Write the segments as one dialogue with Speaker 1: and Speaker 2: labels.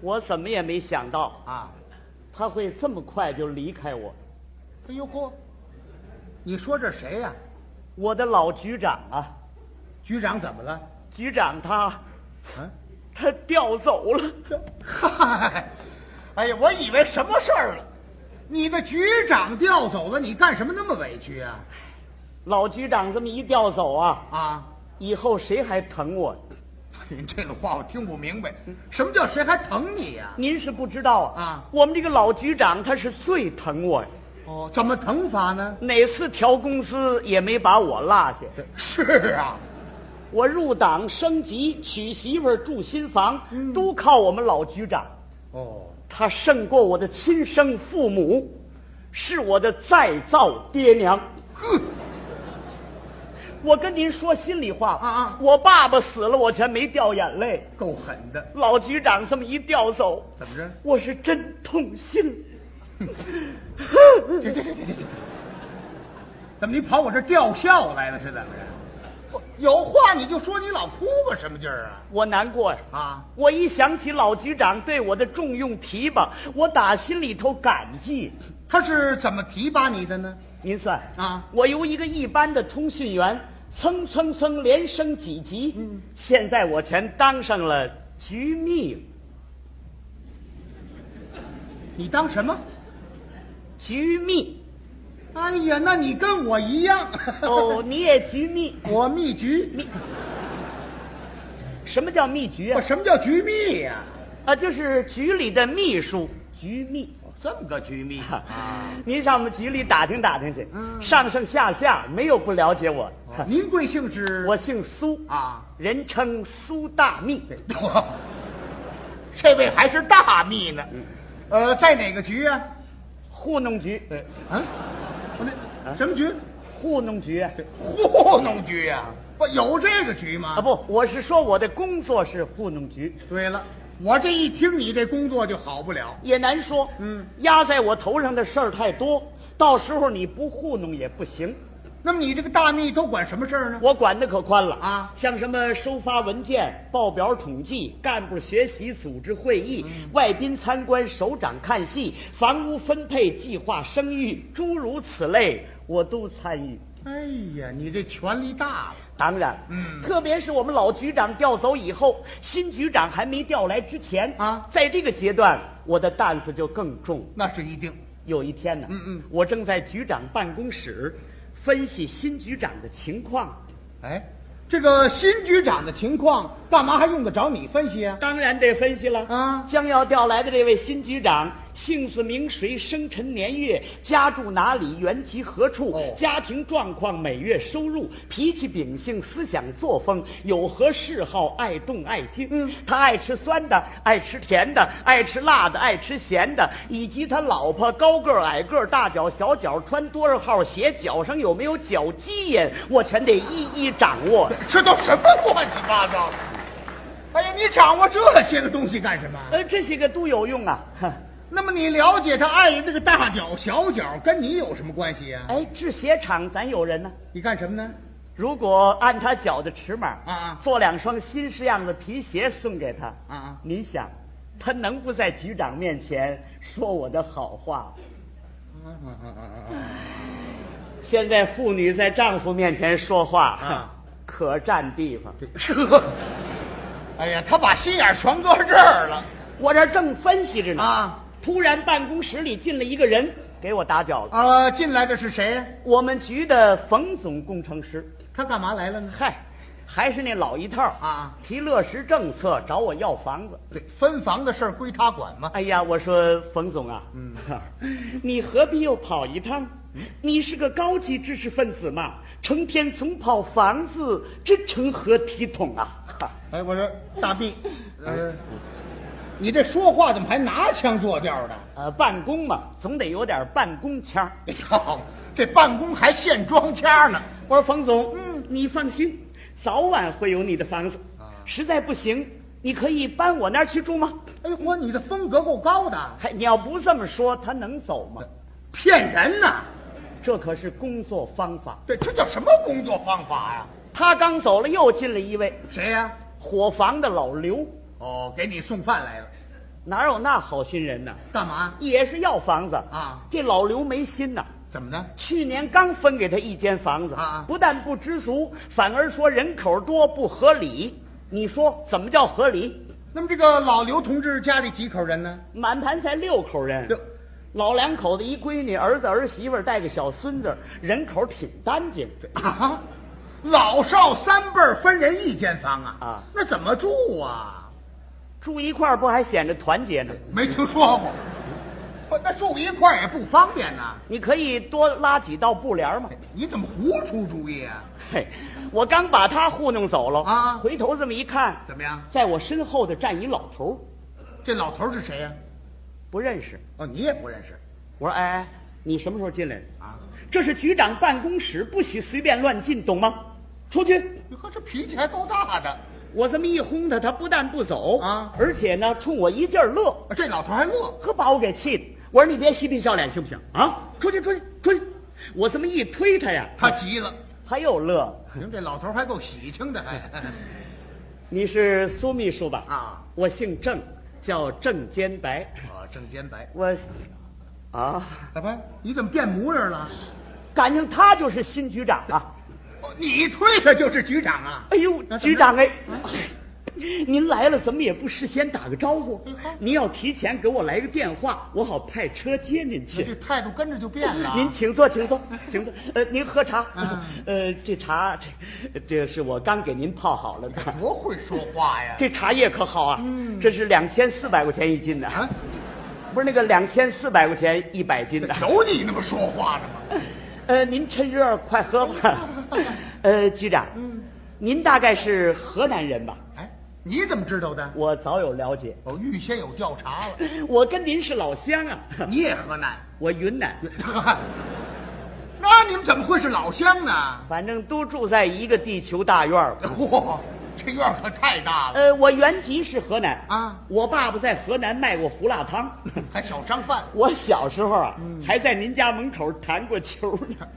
Speaker 1: 我怎么也没想到
Speaker 2: 啊，
Speaker 1: 他会这么快就离开我。
Speaker 2: 哎呦嚯，你说这谁呀、
Speaker 1: 我的老局长啊，
Speaker 2: 局长怎么了？
Speaker 1: 局长他
Speaker 2: 嗯，
Speaker 1: 他调走 了。
Speaker 2: 这嗨，哎呀，我以为什么事儿了？你的局长调走了，你干什么那么委屈啊？
Speaker 1: 老局长这么一调走啊，
Speaker 2: 啊，
Speaker 1: 以后谁还疼我？
Speaker 2: 您这个话我听不明白，什么叫谁还疼你呀、
Speaker 1: 您是不知道啊，
Speaker 2: 啊
Speaker 1: 我们这个老局长他是最疼我呀，
Speaker 2: 哦，怎么疼法呢？
Speaker 1: 哪次调工资也没把我落下。
Speaker 2: 是啊，
Speaker 1: 我入党升级，娶媳妇儿住新房，
Speaker 2: 嗯
Speaker 1: 都靠我们老局长。
Speaker 2: 哦，
Speaker 1: 他胜过我的亲生父母，是我的再造爹娘。
Speaker 2: 哼，
Speaker 1: 我跟您说心里话
Speaker 2: 啊啊
Speaker 1: 我爸爸死了，我全没掉眼泪。
Speaker 2: 够狠的，
Speaker 1: 老局长这么一调走，
Speaker 2: 怎么着？
Speaker 1: 我是真痛心。
Speaker 2: 这这这这这这，怎么你跑我这吊孝来了是怎么着？我有话你就说，你老哭个什么劲儿啊？
Speaker 1: 我难过呀、
Speaker 2: 啊，
Speaker 1: 我一想起老局长对我的重用提拔，我打心里头感激。
Speaker 2: 他是怎么提拔你的呢？
Speaker 1: 您算
Speaker 2: 啊
Speaker 1: 我由一个一般的通讯员，蹭蹭蹭连升几级，
Speaker 2: 嗯
Speaker 1: 现在我全当上了局秘了。
Speaker 2: 你当什么？
Speaker 1: 局 秘
Speaker 2: 哎呀，那你跟我一 样
Speaker 1: 哦，，你也局秘？
Speaker 2: 我蜜局，
Speaker 1: 什么叫秘局
Speaker 2: 我
Speaker 1: 啊？
Speaker 2: 什么叫局蜜呀、
Speaker 1: 啊，就是局里的秘书，局秘。
Speaker 2: 这么个局蜜
Speaker 1: 您上我们局里打听打听去，
Speaker 2: 啊嗯哦
Speaker 1: 上上下下没有不了解我。
Speaker 2: 您贵姓是？
Speaker 1: 我姓苏，
Speaker 2: 啊，
Speaker 1: 人称苏大秘。
Speaker 2: 对这位还是大蜜呢。呃，在哪个局啊？
Speaker 1: 糊弄局，
Speaker 2: 对，啊，我那什么局？
Speaker 1: 糊弄局啊！
Speaker 2: 糊弄局呀、不有这个局吗？
Speaker 1: 啊，不，我是说我的工作是糊弄局，
Speaker 2: 对了，我这一听你这工作就好不了。
Speaker 1: 也难说。
Speaker 2: 嗯，
Speaker 1: 压在我头上的事儿太多，到时候你不糊弄也不行。
Speaker 2: 那么你这个大蜜都管什么事儿呢？
Speaker 1: 我管的可宽了
Speaker 2: 啊
Speaker 1: 像什么收发文件、报表统计、干部学习、组织会议、
Speaker 2: 嗯
Speaker 1: 外宾参观、首长看戏、房屋分配、计划生育，诸如此类，我都参与。
Speaker 2: 哎呀，你这权力大了。
Speaker 1: 当然，
Speaker 2: 嗯
Speaker 1: 特别是我们老局长调走以后，新局长还没调来之前
Speaker 2: 啊
Speaker 1: 在这个阶段，我的担子就更重。
Speaker 2: 那是一定。
Speaker 1: 有一天呢，
Speaker 2: 嗯嗯
Speaker 1: 我正在局长办公室分析新局长的情况，
Speaker 2: 哎，这个新局长的情况，干嘛还用得着你分析啊？
Speaker 1: 当然得分析了
Speaker 2: 啊
Speaker 1: 将要调来的这位新局长，姓氏名谁，生辰年月，家住哪里，原籍何处，
Speaker 2: 哦
Speaker 1: 家庭状况，每月收入，脾气秉性，思想作风，有何嗜好，爱动爱静。
Speaker 2: 嗯
Speaker 1: 他爱吃酸的，爱吃甜的，爱吃辣的，爱吃咸的，以及他老婆高个儿、矮个儿、大脚、小脚，穿多少号鞋，脚上有没有脚鸡眼，我全得一一掌 握。
Speaker 2: 这都什么乱七八糟的？哎呀，你掌握这些个东西干什么？
Speaker 1: 呃，这些个都有用啊。哼
Speaker 2: 那么你了解他爱这个大脚小脚，跟你有什么关系呀、啊
Speaker 1: 哎，制鞋厂咱有人呢、
Speaker 2: 你干什么 呢？
Speaker 1: 如果按他脚的尺码
Speaker 2: 啊
Speaker 1: 做两双新式样的皮鞋送给他
Speaker 2: 啊啊
Speaker 1: 您想，他能不在局长面前 说我的好话？现在妇女在丈夫面前说话
Speaker 2: 啊，
Speaker 1: 可占地方。
Speaker 2: 这， 哎呀，他把心眼全搁这儿了
Speaker 1: 我这儿正分析着呢
Speaker 2: 啊！
Speaker 1: 突然办公室里进了一个人，给我打搅了。
Speaker 2: 呃，进来的是谁？
Speaker 1: 我们局的冯总工程师，
Speaker 2: 他干嘛来了呢？
Speaker 1: 嗨，还是那老一套
Speaker 2: 啊
Speaker 1: 提落实政策找我要房子。
Speaker 2: 对，分房的事儿归他管嘛。
Speaker 1: 哎呀，我说冯总啊，
Speaker 2: 嗯
Speaker 1: 你何必又跑一趟？你是个高级知识分子嘛，成天总跑房子，这成何体统啊？ 哈
Speaker 2: 哎，我说大臂，呃，你这说话怎么还拿腔作调的？
Speaker 1: 呃，办公嘛，总得有点办公腔儿。
Speaker 2: 哎呦，这办公还现装腔呢。
Speaker 1: 我说冯总，嗯，你放心，早晚会有你的房子。
Speaker 2: 啊
Speaker 1: 实在不行，你可以搬我那儿去住吗？
Speaker 2: 哎呦，我你的风格够高的，
Speaker 1: 还你要不这么说，他能走吗？
Speaker 2: 骗人呐！
Speaker 1: 这可是工作方法。
Speaker 2: 对，这叫什么工作方法呀、
Speaker 1: 他刚走了，又进了一位
Speaker 2: 谁呀、
Speaker 1: 伙房的老刘。
Speaker 2: 哦，给你送饭来了。
Speaker 1: 哪有那好心人呢？
Speaker 2: 干嘛？
Speaker 1: 也是要房子
Speaker 2: 啊
Speaker 1: 这老刘没心呐、
Speaker 2: 怎么的？
Speaker 1: 去年刚分给他一间房子
Speaker 2: 啊
Speaker 1: 不但不知足，反而说人口多不合理。你说怎么叫合理？
Speaker 2: 那么这个老刘同志家里几口人呢？
Speaker 1: 满盘才六口人
Speaker 2: 六，
Speaker 1: 老两口子一闺女，儿子儿媳妇儿带个小孙子，人口挺干净。
Speaker 2: 啊，老少三辈儿分人一间房啊？
Speaker 1: 啊
Speaker 2: 那怎么住啊？
Speaker 1: 住一块儿不还显着团结呢？
Speaker 2: 没听说过。不，那住一块儿也不方便呐。
Speaker 1: 你可以多拉几道布帘儿嘛。
Speaker 2: 你怎么胡出主意啊？
Speaker 1: 嘿，我刚把他糊弄走了
Speaker 2: 啊
Speaker 1: 回头这么一看，
Speaker 2: 怎么样？
Speaker 1: 在我身后的站一老头儿，
Speaker 2: 这老头儿是谁呀、啊
Speaker 1: 不认识。
Speaker 2: 哦，你也不认识
Speaker 1: 我说：“哎哎，你什么时候进来的？
Speaker 2: 啊？
Speaker 1: 这是局长办公室，不许随便乱进，懂吗？出去。”
Speaker 2: 你呵，这脾气还够大的。
Speaker 1: 我这么一轰他，他不但不走
Speaker 2: 啊
Speaker 1: 而且呢，冲我一劲儿乐，
Speaker 2: 哦这老头儿还乐，
Speaker 1: 可把我给气的。我说：“你别嬉皮笑脸，行不行？啊，出去，出去，出去！”我这么一推他呀，
Speaker 2: 他急了。
Speaker 1: 他又乐。
Speaker 2: 您这老头儿还够喜庆的， 还
Speaker 1: 你是苏秘书吧？
Speaker 2: 啊
Speaker 1: 我姓郑，叫郑坚白。
Speaker 2: 哦，正肩白。
Speaker 1: 我，啊，
Speaker 2: 怎么？你怎么变模样了？
Speaker 1: 感情他就是新局长啊！
Speaker 2: 哦，你推他就是局长啊？
Speaker 1: 哎呦，
Speaker 2: 那怎么
Speaker 1: 局长哎
Speaker 2: 啊，
Speaker 1: 您来了怎么也不事先打个招呼
Speaker 2: 嗯好？
Speaker 1: 您要提前给我来个电话，我好派车接您
Speaker 2: 你这
Speaker 1: 去。
Speaker 2: 态度跟着就变了啊。
Speaker 1: 您请坐，请 坐，请坐。呃，您喝茶
Speaker 2: 嗯。
Speaker 1: 呃，这茶，这这是我刚给您泡好了的。
Speaker 2: 多会说话呀！
Speaker 1: 这茶叶可好啊！
Speaker 2: 嗯
Speaker 1: 这是两千四百块钱一斤的
Speaker 2: 啊，
Speaker 1: 不是那个两千四百块钱一百斤的。
Speaker 2: 有你那么说话的吗？
Speaker 1: 呃，您趁热快喝 吧。呃，局长，
Speaker 2: 嗯
Speaker 1: 您大概是河南人吧？
Speaker 2: 哎，你怎么知道的？
Speaker 1: 我早有了解，
Speaker 2: 我预先有调查了。
Speaker 1: 我跟您是老乡啊，
Speaker 2: 你也河南？
Speaker 1: 我云南，
Speaker 2: 那你们怎么会是老乡呢？
Speaker 1: 反正都住在一个地球大院
Speaker 2: 哦
Speaker 1: 儿。
Speaker 2: 嚯，这院儿可太大了，
Speaker 1: 呃，我原籍是河南
Speaker 2: 啊
Speaker 1: 我爸爸在河南卖过胡辣汤。
Speaker 2: 还小商贩。
Speaker 1: 我小时候啊，
Speaker 2: 嗯
Speaker 1: 还在您家门口弹过球呢，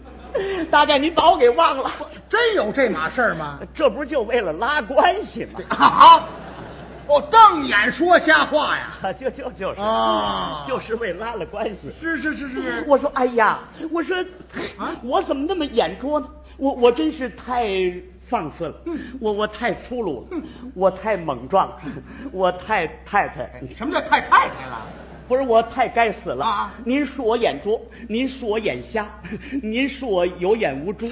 Speaker 1: 大概您把我给忘 了，
Speaker 2: 真有这码事儿吗？
Speaker 1: 这不就为了拉关系吗？
Speaker 2: 啊！哦，瞪眼说瞎话呀！
Speaker 1: 啊，就就就是，
Speaker 2: 啊
Speaker 1: 就是为拉了关系。
Speaker 2: 是是是是，
Speaker 1: 我说，哎呀，我说，
Speaker 2: 嗯啊
Speaker 1: 我怎么那么眼拙呢？我我真是太放肆了，
Speaker 2: 嗯
Speaker 1: 我我太粗鲁了，我太莽撞了，
Speaker 2: 嗯
Speaker 1: 我太太太，
Speaker 2: 什么叫太太太了？
Speaker 1: 不是我太该死了。
Speaker 2: 啊
Speaker 1: 您说我眼拙，您说我眼瞎，您说我有眼无珠，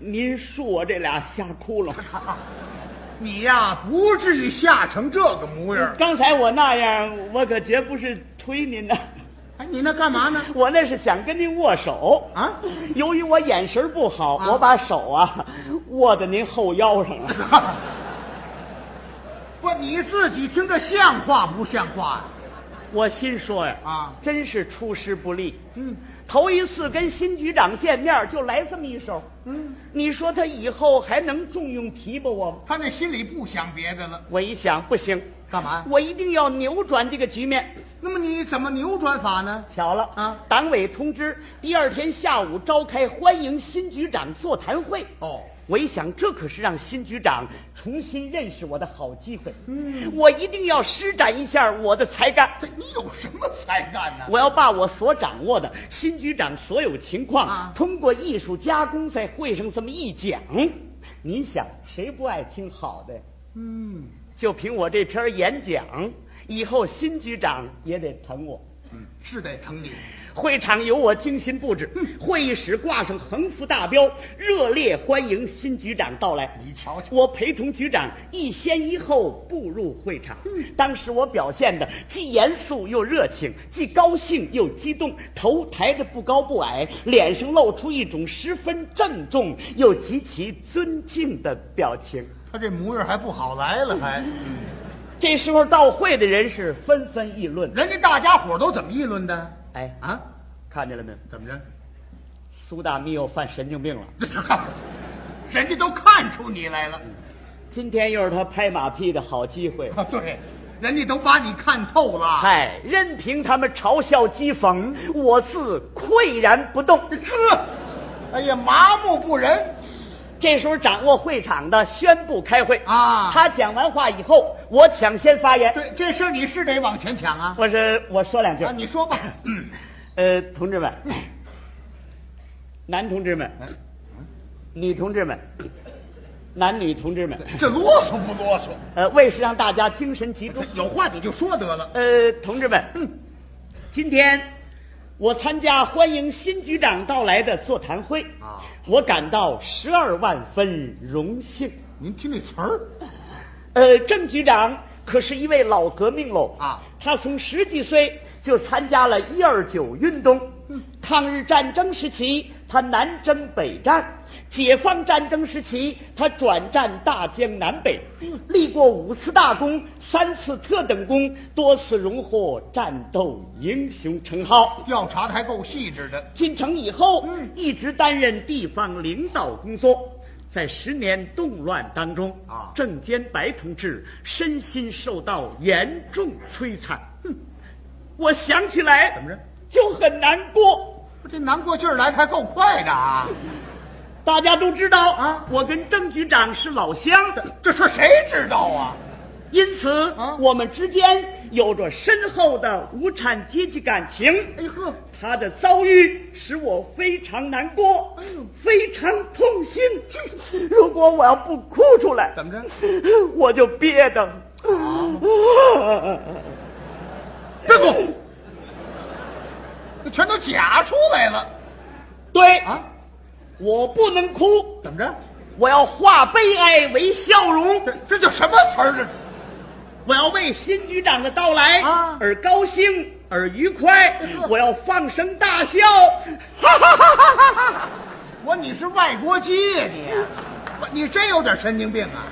Speaker 1: 您说我这俩瞎窟窿。
Speaker 2: 你呀，不至于吓成这个模样儿。
Speaker 1: 刚才我那样，我可绝不是推您的。
Speaker 2: 哎，你那干嘛呢？
Speaker 1: 我那是想跟您握手
Speaker 2: 啊
Speaker 1: 由于我眼神不好，
Speaker 2: 啊
Speaker 1: 我把手啊 握在您后腰上了。
Speaker 2: 不，你自己听着像话不像话呀？
Speaker 1: 我心说呀，
Speaker 2: 啊
Speaker 1: 真是出师不利。
Speaker 2: 嗯，
Speaker 1: 头一次跟新局长见面，就来这么一手。
Speaker 2: 嗯，
Speaker 1: 你说他以后还能重用提拔我吗？
Speaker 2: 他那心里不想别的了，
Speaker 1: 我一想，不行，
Speaker 2: 干嘛？
Speaker 1: 我一定要扭转这个局面。
Speaker 2: 那么你怎么扭转法呢？
Speaker 1: 巧了
Speaker 2: 啊
Speaker 1: 党委通知，第二天下午召开欢迎新局长座谈会。
Speaker 2: 哦，
Speaker 1: 我一想，这可是让新局长重新认识我的好机会。
Speaker 2: 嗯
Speaker 1: 我一定要施展一下我的才干。
Speaker 2: 这你有什么才干呢？
Speaker 1: 我要把我所掌握的新局长所有情况，
Speaker 2: 啊
Speaker 1: 通过艺术加工，在会上这么一讲，您想谁不爱听好的呀？
Speaker 2: 嗯，
Speaker 1: 就凭我这篇演讲，以后新局长也得疼我。
Speaker 2: 嗯，是得疼你。
Speaker 1: 会场由我精心布置，会议室挂上横幅大标，热烈欢迎新局长到来。
Speaker 2: 你瞧瞧，
Speaker 1: 我陪同局长一先一后步入会场，当时我表现的既严肃又热情，既高兴又激动，头抬得不高不矮，脸上露出一种十分郑重又极其尊敬的表情。
Speaker 2: 他这模样还不好来了，还。
Speaker 1: 这时候到会的人是纷纷议论，
Speaker 2: 人家大家伙都怎么议论的？
Speaker 1: 哎，
Speaker 2: 啊，
Speaker 1: 看见了没有？
Speaker 2: 怎么着？
Speaker 1: 苏大密又犯神经病了。
Speaker 2: 人家都看出你来了。
Speaker 1: 今天又是他拍马屁的好机会。
Speaker 2: 啊， 对，人家都把你看透了。
Speaker 1: 嗨，任凭他们嘲笑讥讽，我自岿然不动。
Speaker 2: 呵，哎呀，麻木不仁。
Speaker 1: 这时候掌握会场的宣布开会
Speaker 2: 啊
Speaker 1: 他讲完话以后，我抢先发言。
Speaker 2: 对，这事儿你是得往前抢啊！
Speaker 1: 我是我说两句
Speaker 2: 啊，你说吧。嗯，
Speaker 1: 呃，同志们，男同志们，
Speaker 2: 嗯
Speaker 1: 女同志们，男女同志们，
Speaker 2: 这啰嗦不啰嗦？
Speaker 1: 呃，为是让大家精神集中，
Speaker 2: 有话你就说得了。
Speaker 1: 呃，同志们，
Speaker 2: 嗯
Speaker 1: 今天我参加欢迎新局长到来的座谈会
Speaker 2: 啊
Speaker 1: 我感到十二万分荣幸。
Speaker 2: 您听这词儿，
Speaker 1: 呃，郑局长可是一位老革命喽
Speaker 2: 啊
Speaker 1: 他从十几岁就参加了一二九运动。
Speaker 2: 嗯
Speaker 1: 抗日战争时期，他南征北战；解放战争时期，他转战大江南北，
Speaker 2: 嗯
Speaker 1: 立过五次大功、三次特等功，多次荣获战斗英雄称号。
Speaker 2: 调查的还够细致的。
Speaker 1: 进城以后，
Speaker 2: 嗯
Speaker 1: 一直担任地方领导工作。在十年动乱当中
Speaker 2: 啊
Speaker 1: 郑坚白同志身心受到严重摧残。哼，我想起来
Speaker 2: 怎么着
Speaker 1: 就很难过。
Speaker 2: 不这难过劲儿来的还够快的啊！
Speaker 1: 大家都知道
Speaker 2: 啊
Speaker 1: 我跟郑局长是老乡，
Speaker 2: 这事儿谁知道啊？
Speaker 1: 因此、
Speaker 2: 啊
Speaker 1: 我们之间有着深厚的无产阶级感情。
Speaker 2: 哎呵，
Speaker 1: 他的遭遇使我非常难过
Speaker 2: 哎呦，
Speaker 1: 非常痛心。嗯 如果我要不哭出来，
Speaker 2: 怎么着？
Speaker 1: 我就憋的。
Speaker 2: 别哭，这全都假出来了
Speaker 1: 对，
Speaker 2: 啊！
Speaker 1: 我不能哭，
Speaker 2: 怎么着？
Speaker 1: 我要化悲哀为笑容
Speaker 2: 这，这叫什么词儿？这
Speaker 1: 我要为新局长的到来
Speaker 2: 啊
Speaker 1: 而高兴，而愉快
Speaker 2: 呵。
Speaker 1: 我要放声大 笑，哈哈哈哈哈哈！
Speaker 2: 我你是外国鸡呀、你不你真有点神经病啊！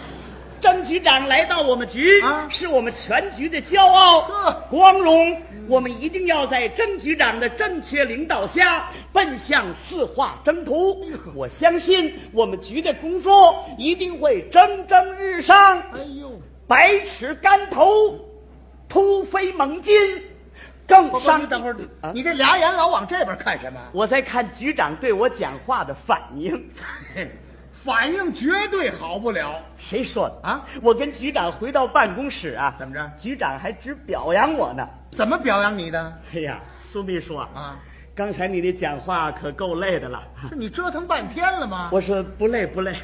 Speaker 1: 张局长来到我们局，
Speaker 2: 啊
Speaker 1: 是我们全局的骄傲、
Speaker 2: 呵
Speaker 1: 光荣。我们一定要在郑局长的正确领导下，奔向四化征途
Speaker 2: 哎呦呵。
Speaker 1: 我相信我们局的工作一定会蒸蒸日上，
Speaker 2: 哎呦，
Speaker 1: 百尺竿头，突飞猛进，更
Speaker 2: 我
Speaker 1: 上一。
Speaker 2: 上等会儿
Speaker 1: 啊，
Speaker 2: 你这俩眼老往这边看什么？
Speaker 1: 我在看局长对我讲话的反应。
Speaker 2: 嘿反应绝对好不了。
Speaker 1: 谁说的
Speaker 2: 啊？
Speaker 1: 我跟局长回到办公室啊，
Speaker 2: 怎么着
Speaker 1: 局长还只表扬我呢。
Speaker 2: 怎么表扬你的
Speaker 1: 哎呀，苏秘书啊，
Speaker 2: 啊？
Speaker 1: 刚才你的讲话可够累的了。
Speaker 2: 是你折腾半天了吗？
Speaker 1: 我说不累不累，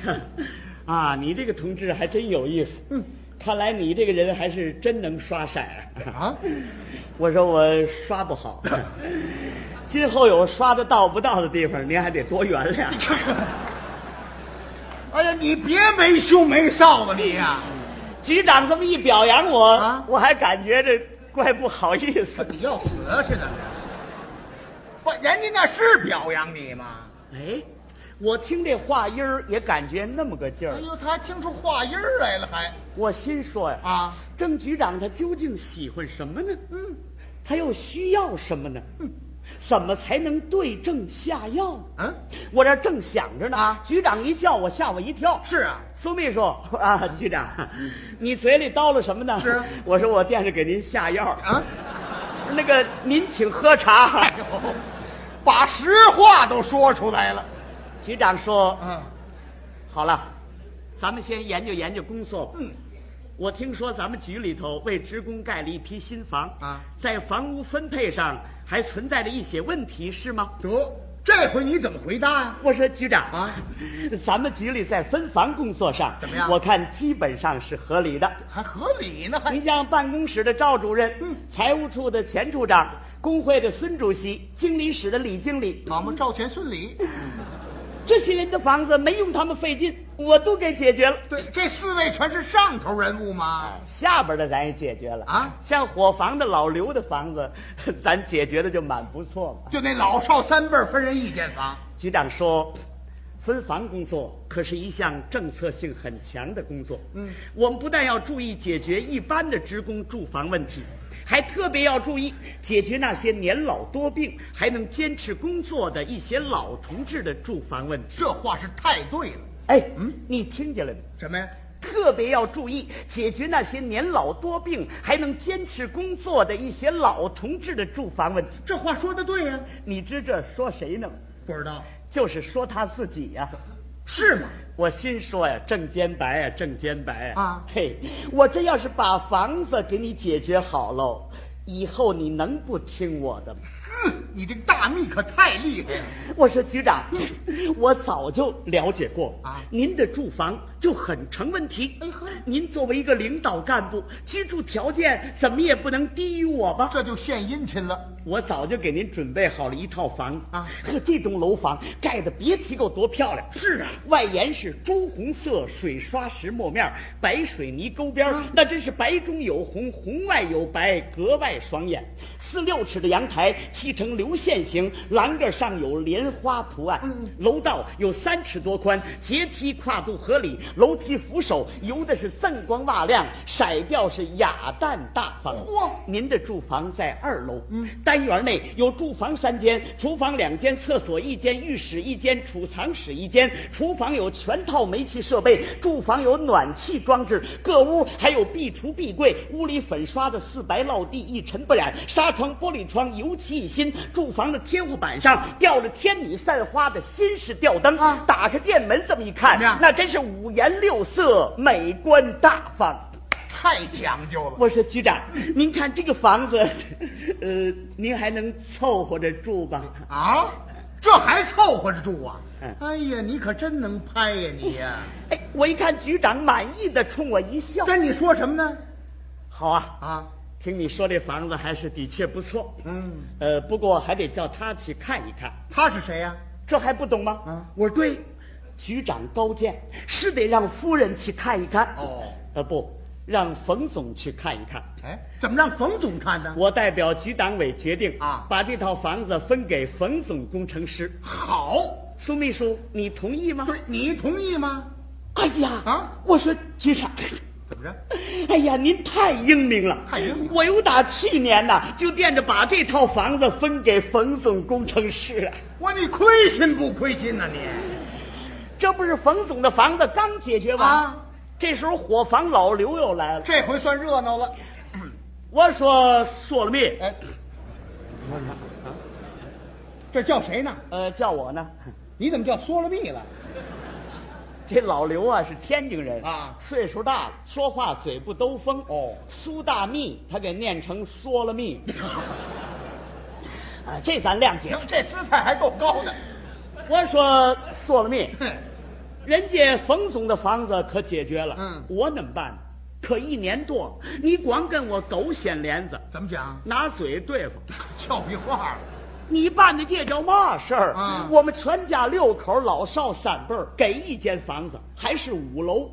Speaker 1: 啊，你这个同志还真有意思。
Speaker 2: 嗯，
Speaker 1: 看来你这个人还是真能刷色啊。
Speaker 2: 啊，
Speaker 1: 我说我刷不好， 今后有刷的到不到的地方，您还得多原 谅。
Speaker 2: 哎呀，你别没羞没臊的你呀、
Speaker 1: 局长这么一表扬我，
Speaker 2: 啊
Speaker 1: 我还感觉这怪不好意思。
Speaker 2: 你要死啊是怎么着？不，人家那是表扬你吗？
Speaker 1: 哎，我听这话音儿也感觉那么个劲儿
Speaker 2: 哎。呦，他还听出话音儿来了还，
Speaker 1: 我心说呀，
Speaker 2: 啊，
Speaker 1: 郑局长他究竟喜欢什么呢？嗯，他又需要什么呢？
Speaker 2: 嗯
Speaker 1: 怎么才能对症下药？
Speaker 2: 嗯，
Speaker 1: 我这正想着呢，
Speaker 2: 啊
Speaker 1: 局长一叫我，吓我一跳。
Speaker 2: 是啊，
Speaker 1: 苏秘书啊，局长，你嘴里叨了什么呢？
Speaker 2: 是
Speaker 1: 我说我惦着给您下药
Speaker 2: 啊，
Speaker 1: 那个您请喝茶。
Speaker 2: 哎呦，把实话都说出来了，
Speaker 1: 局长说，
Speaker 2: 啊，
Speaker 1: 好了，咱们先研究研究工作吧。
Speaker 2: 嗯，
Speaker 1: 我听说咱们局里头为职工盖了一批新房
Speaker 2: 啊
Speaker 1: 在房屋分配上还存在着一些问题，是吗？
Speaker 2: 得，这回你怎么回答呀、
Speaker 1: 我说局长
Speaker 2: 啊，
Speaker 1: 咱们局里在分房工作上
Speaker 2: 怎么样
Speaker 1: 我看基本上是合理的。
Speaker 2: 还合理呢，还
Speaker 1: 您像办公室的赵主任，
Speaker 2: 哎嗯
Speaker 1: 财务处的钱处长，工会的孙主席，经理室的李经理，
Speaker 2: 好嘛，赵钱孙李，
Speaker 1: 这些人的房子没用他们费劲，我都给解决了。
Speaker 2: 对，哎这四位全是上头人物嘛，
Speaker 1: 下边的咱也解决了
Speaker 2: 啊
Speaker 1: 像伙房的老刘的房子， 咱解决的就蛮不错嘛。
Speaker 2: 就那老少三辈儿分人一间房，
Speaker 1: 局长说，分房工作可是一项政策性很强的工作。
Speaker 2: 嗯
Speaker 1: 我们不但要注意解决一般的职工住房问题，还特别要注意解决那些年老多病还能坚持工作的一些老同志的住房问题。
Speaker 2: 这话是太对了。
Speaker 1: 哎，
Speaker 2: 嗯
Speaker 1: 你听见了没？
Speaker 2: 什么呀？
Speaker 1: 特别要注意解决那些年老多病还能坚持工作的一些老同志的住房问题。
Speaker 2: 这话说的对呀、
Speaker 1: 你知这说谁呢？
Speaker 2: 不知道，
Speaker 1: 就是说他自己呀、
Speaker 2: 是吗？
Speaker 1: 我心说呀，挣煎白呀，挣煎白呀！
Speaker 2: 啊
Speaker 1: 嘿，我这要是把房子给你解决好喽，以后你能不听我的吗？
Speaker 2: 嗯，你这个大秘可太厉害了。
Speaker 1: 我说局 长，我早就了解过
Speaker 2: 啊
Speaker 1: 您的住房就很成问题。
Speaker 2: 哎呵
Speaker 1: 您作为一个领导干部，居住条件怎么也不能低于我吧？
Speaker 2: 这就献殷勤了。
Speaker 1: 我早就给您准备好了一套房子
Speaker 2: 啊
Speaker 1: 呵， 这栋楼房盖的别提够多漂亮。
Speaker 2: 是啊
Speaker 1: 外沿是朱红色水刷石磨面儿，白水泥沟边儿、
Speaker 2: 啊
Speaker 1: 那真是白中有红，红外有白，格外爽眼。四六尺的阳台砌成流线型，栏杆上有莲花图案。
Speaker 2: 嗯
Speaker 1: 楼道有三尺多宽，阶梯跨度合理，楼梯扶手油的是锃光瓦亮，色调是雅淡大方。
Speaker 2: 嚯
Speaker 1: 哦您的住房在二楼，
Speaker 2: 嗯
Speaker 1: 单元内有住房三间，厨房两间，厕所一间，浴室一间，储藏室一间。厨房有全套煤气设备，住房有暖气装置，各屋还有壁橱、壁柜。屋里粉刷的四白落地，一尘不染，纱窗、玻璃窗油漆一新。住房的天花板上吊着天女散花的新式吊灯
Speaker 2: 啊
Speaker 1: 打开店门这么一看
Speaker 2: 怎么样，
Speaker 1: 那真是五颜六色，美观大方。
Speaker 2: 太讲究了。
Speaker 1: 我说局长，您看这个房子，呃，您还能凑合着住吧？
Speaker 2: 啊，这还凑合着住啊
Speaker 1: 嗯？
Speaker 2: 哎呀，你可真能拍呀你呀！
Speaker 1: 哎，我一看局长满意的冲我一笑，
Speaker 2: 跟你说什么呢？
Speaker 1: 好啊，
Speaker 2: 啊，
Speaker 1: 听你说这房子还是的确不错，
Speaker 2: 嗯，
Speaker 1: 呃，不过还得叫他去看一看，
Speaker 2: 他是谁呀、
Speaker 1: 这还不懂吗？
Speaker 2: 嗯
Speaker 1: 我说对，局长高见，是得让夫人去看一看。
Speaker 2: 哦，
Speaker 1: 呃，不，让冯总去看一看。
Speaker 2: 哎，怎么让冯总看呢？
Speaker 1: 我代表局党委决定
Speaker 2: 啊
Speaker 1: 把这套房子分给冯总工程师。
Speaker 2: 好，
Speaker 1: 苏秘书，你同意吗？
Speaker 2: 对你同意吗？
Speaker 1: 哎呀，
Speaker 2: 啊
Speaker 1: 我说局长，
Speaker 2: 怎么着？
Speaker 1: 哎呀，您太英明了，
Speaker 2: 太英明
Speaker 1: 我由打去年呐、就惦着把这套房子分给冯总工程师啊，
Speaker 2: 我你亏心不亏心呐、你？
Speaker 1: 这不是冯总的房子刚解决完，
Speaker 2: 啊
Speaker 1: 这时候伙房老刘又来了。
Speaker 2: 这回算热闹了。
Speaker 1: 我说索了密，
Speaker 2: 哎，你说什么啊？这叫谁呢？
Speaker 1: 呃，叫我呢。
Speaker 2: 你怎么叫缩了蜜了？
Speaker 1: 这老刘啊是天津人
Speaker 2: 啊
Speaker 1: 岁数大了，说话嘴不兜风。
Speaker 2: 哦
Speaker 1: 苏大密他给念成缩了 密，啊，这咱谅解
Speaker 2: 行。，这姿态还够高的。
Speaker 1: 我说索了密，
Speaker 2: 哼，
Speaker 1: 人家冯总的房子可解决了，
Speaker 2: 嗯
Speaker 1: 我怎么办呢？可一年多，你光跟我狗掀帘子，
Speaker 2: 怎么讲？
Speaker 1: 拿嘴对付，
Speaker 2: 俏皮话了。
Speaker 1: 你办的这叫嘛事儿？
Speaker 2: 啊
Speaker 1: 我们全家六口，老少三辈儿，给一间房子，还是五楼。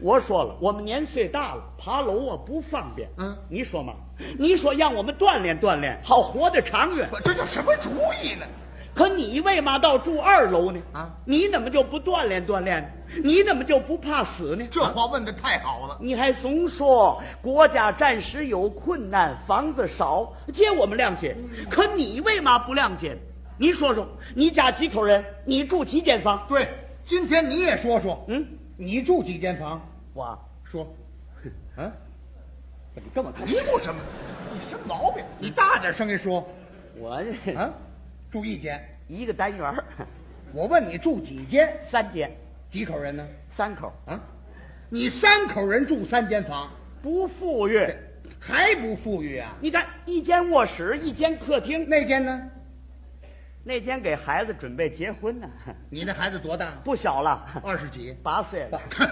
Speaker 1: 我说了，我们年岁大了，爬楼啊不方便。
Speaker 2: 嗯
Speaker 1: 你说嘛？你说让我们锻炼锻炼，好活得长远。
Speaker 2: 我这叫什么主意呢？
Speaker 1: 可你为嘛到住二楼呢？
Speaker 2: 啊
Speaker 1: 你怎么就不锻炼锻炼呢？你怎么就不怕死呢？啊
Speaker 2: 这话问的太好了。
Speaker 1: 你还总说国家暂时有困难，房子少，这我们谅解。可你为嘛不谅解呢？你说说，你家几口人？你住几间房？
Speaker 2: 对，今天你也说说，
Speaker 1: 嗯，
Speaker 2: 你住几间房？
Speaker 1: 我
Speaker 2: 说，啊，怎么干嘛嘀咕什么？你什么毛病？你大点声音说
Speaker 1: 我这
Speaker 2: 啊！住一间，
Speaker 1: 一个单元儿
Speaker 2: 我问你住几间？
Speaker 1: 三间，
Speaker 2: 几口人呢？
Speaker 1: 三口
Speaker 2: 啊，你三口人住三间房，
Speaker 1: 不富裕。
Speaker 2: 还不富裕啊？
Speaker 1: 你看，一间卧室，一间客厅，那
Speaker 2: 那间呢？
Speaker 1: 那间给孩子准备结婚呢，
Speaker 2: 你那孩子多大？
Speaker 1: 不小了，
Speaker 2: 二十几，
Speaker 1: 八岁了
Speaker 2: 八，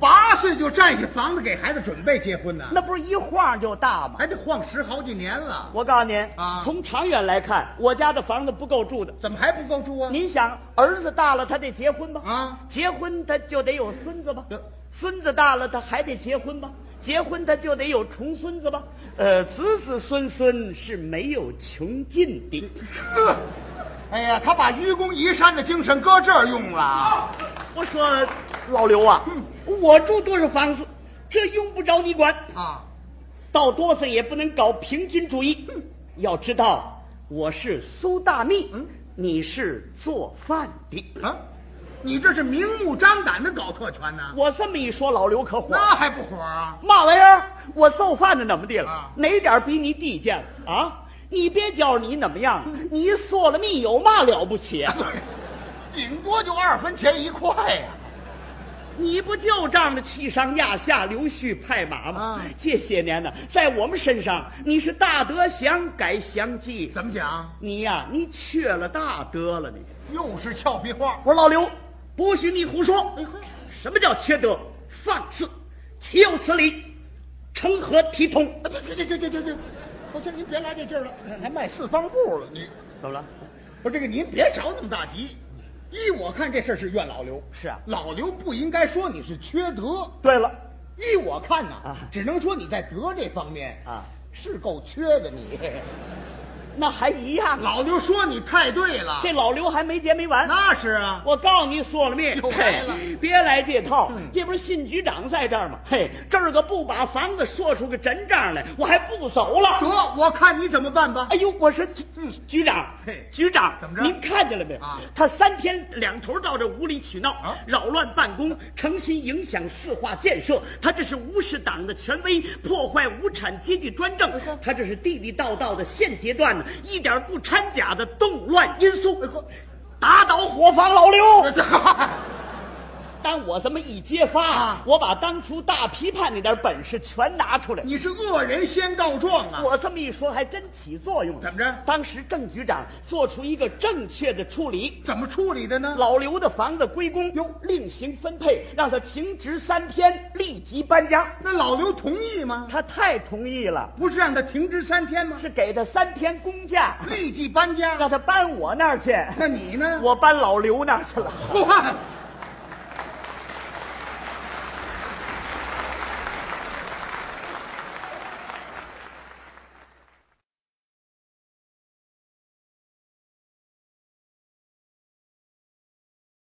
Speaker 2: 八岁就占下房子给孩子准备结婚呢？
Speaker 1: 那不是一晃就大吗？
Speaker 2: 还得晃十好几年了。
Speaker 1: 我告诉您
Speaker 2: 啊
Speaker 1: 从长远来看，我家的房子不够住的。
Speaker 2: 怎么还不够住啊？
Speaker 1: 您想，儿子大了，他得结婚吧？
Speaker 2: 啊 呃
Speaker 1: 结婚他就得有孙子吧
Speaker 2: 对？
Speaker 1: 孙子大了，他还得结婚吧？结婚他就得有重孙子吧？呃，子子孙孙是没有穷尽的。
Speaker 2: 呵，哎呀，他把愚公移山的精神搁这儿用了。
Speaker 1: 我说老刘啊，
Speaker 2: 嗯
Speaker 1: 我住多少房子，这用不着你管。
Speaker 2: 啊，
Speaker 1: 到多少也不能搞平均主义。要知道，我是苏大密，
Speaker 2: 嗯
Speaker 1: 你是做饭的。
Speaker 2: 啊，你这是明目张胆的搞特权呢、
Speaker 1: 我这么一说，老刘可火了。
Speaker 2: 那还不火啊？
Speaker 1: 嘛玩意儿？我揍饭的怎么地了？
Speaker 2: 啊嗯
Speaker 1: 哪点儿比你低贱了啊？你别觉着你怎么样，你说了命有嘛了不起啊？
Speaker 2: 对，顶多就二分钱一块呀、
Speaker 1: 你不就仗着欺上压下、溜须拍马吗？
Speaker 2: 啊
Speaker 1: 这些年呢，在我们身上，你是大德想改想记，
Speaker 2: 怎么讲？
Speaker 1: 你呀、你缺了大德了你。
Speaker 2: 又是俏皮话。
Speaker 1: 我说老刘，不许你胡说！
Speaker 2: 哎呵
Speaker 1: 什么叫缺德？放肆！岂有此理！成何体统？
Speaker 2: 啊，这这这这这这，不是您别来这劲儿了，还卖四方布了，你
Speaker 1: 怎么了？
Speaker 2: 不是这个您别着那么大急。依我看，这事儿是怨老刘。
Speaker 1: 是啊
Speaker 2: 老刘不应该说你是缺德。
Speaker 1: 对了，
Speaker 2: 依我看呐、
Speaker 1: 啊
Speaker 2: 只能说你在德这方面
Speaker 1: 啊
Speaker 2: 是够缺的你。
Speaker 1: 那还一样。啊
Speaker 2: 老刘说你太对了，
Speaker 1: 这老刘还没结没完。
Speaker 2: 那是啊，
Speaker 1: 我告诉你，索了命，
Speaker 2: 又来了
Speaker 1: 嘿别来这套
Speaker 2: 嗯。
Speaker 1: 这不是信局长在这儿吗？嘿，这儿个不把房子说出个真账来，我还不走
Speaker 2: 得
Speaker 1: 了。，
Speaker 2: 我看你怎么办吧
Speaker 1: 哎。呦，我说局局长
Speaker 2: 嘿，
Speaker 1: 局长，
Speaker 2: 怎么着
Speaker 1: 您看见了没有
Speaker 2: 啊？
Speaker 1: 他三天两头到这无理取闹
Speaker 2: 啊，
Speaker 1: 扰乱办公，诚心影响市化建设，他这是无视党的权威，破坏无产阶级专
Speaker 2: 哎
Speaker 1: 政，他这是地地道道的现阶段呢一点不掺假的动乱因素，
Speaker 2: 哎
Speaker 1: 打倒伙房老刘。但我这么一揭发，
Speaker 2: 啊
Speaker 1: 我把当初大批判那点本事全拿出来。
Speaker 2: 你是恶人先告状啊！
Speaker 1: 我这么一说，还真起作用了。
Speaker 2: 怎么着
Speaker 1: 当时郑局长做出一个正确的处理，
Speaker 2: 怎么处理的呢？
Speaker 1: 老刘的房子归公，用另行分配，让他停职三天，立即搬家。
Speaker 2: 那老刘同意吗？
Speaker 1: 他太同意了，
Speaker 2: 不是让他停职三天吗？
Speaker 1: 是啊给他三天公假，
Speaker 2: 立即搬家。
Speaker 1: 让他搬我那儿去。
Speaker 2: 那你呢？
Speaker 1: 我搬老刘那儿去了。
Speaker 2: 嚯！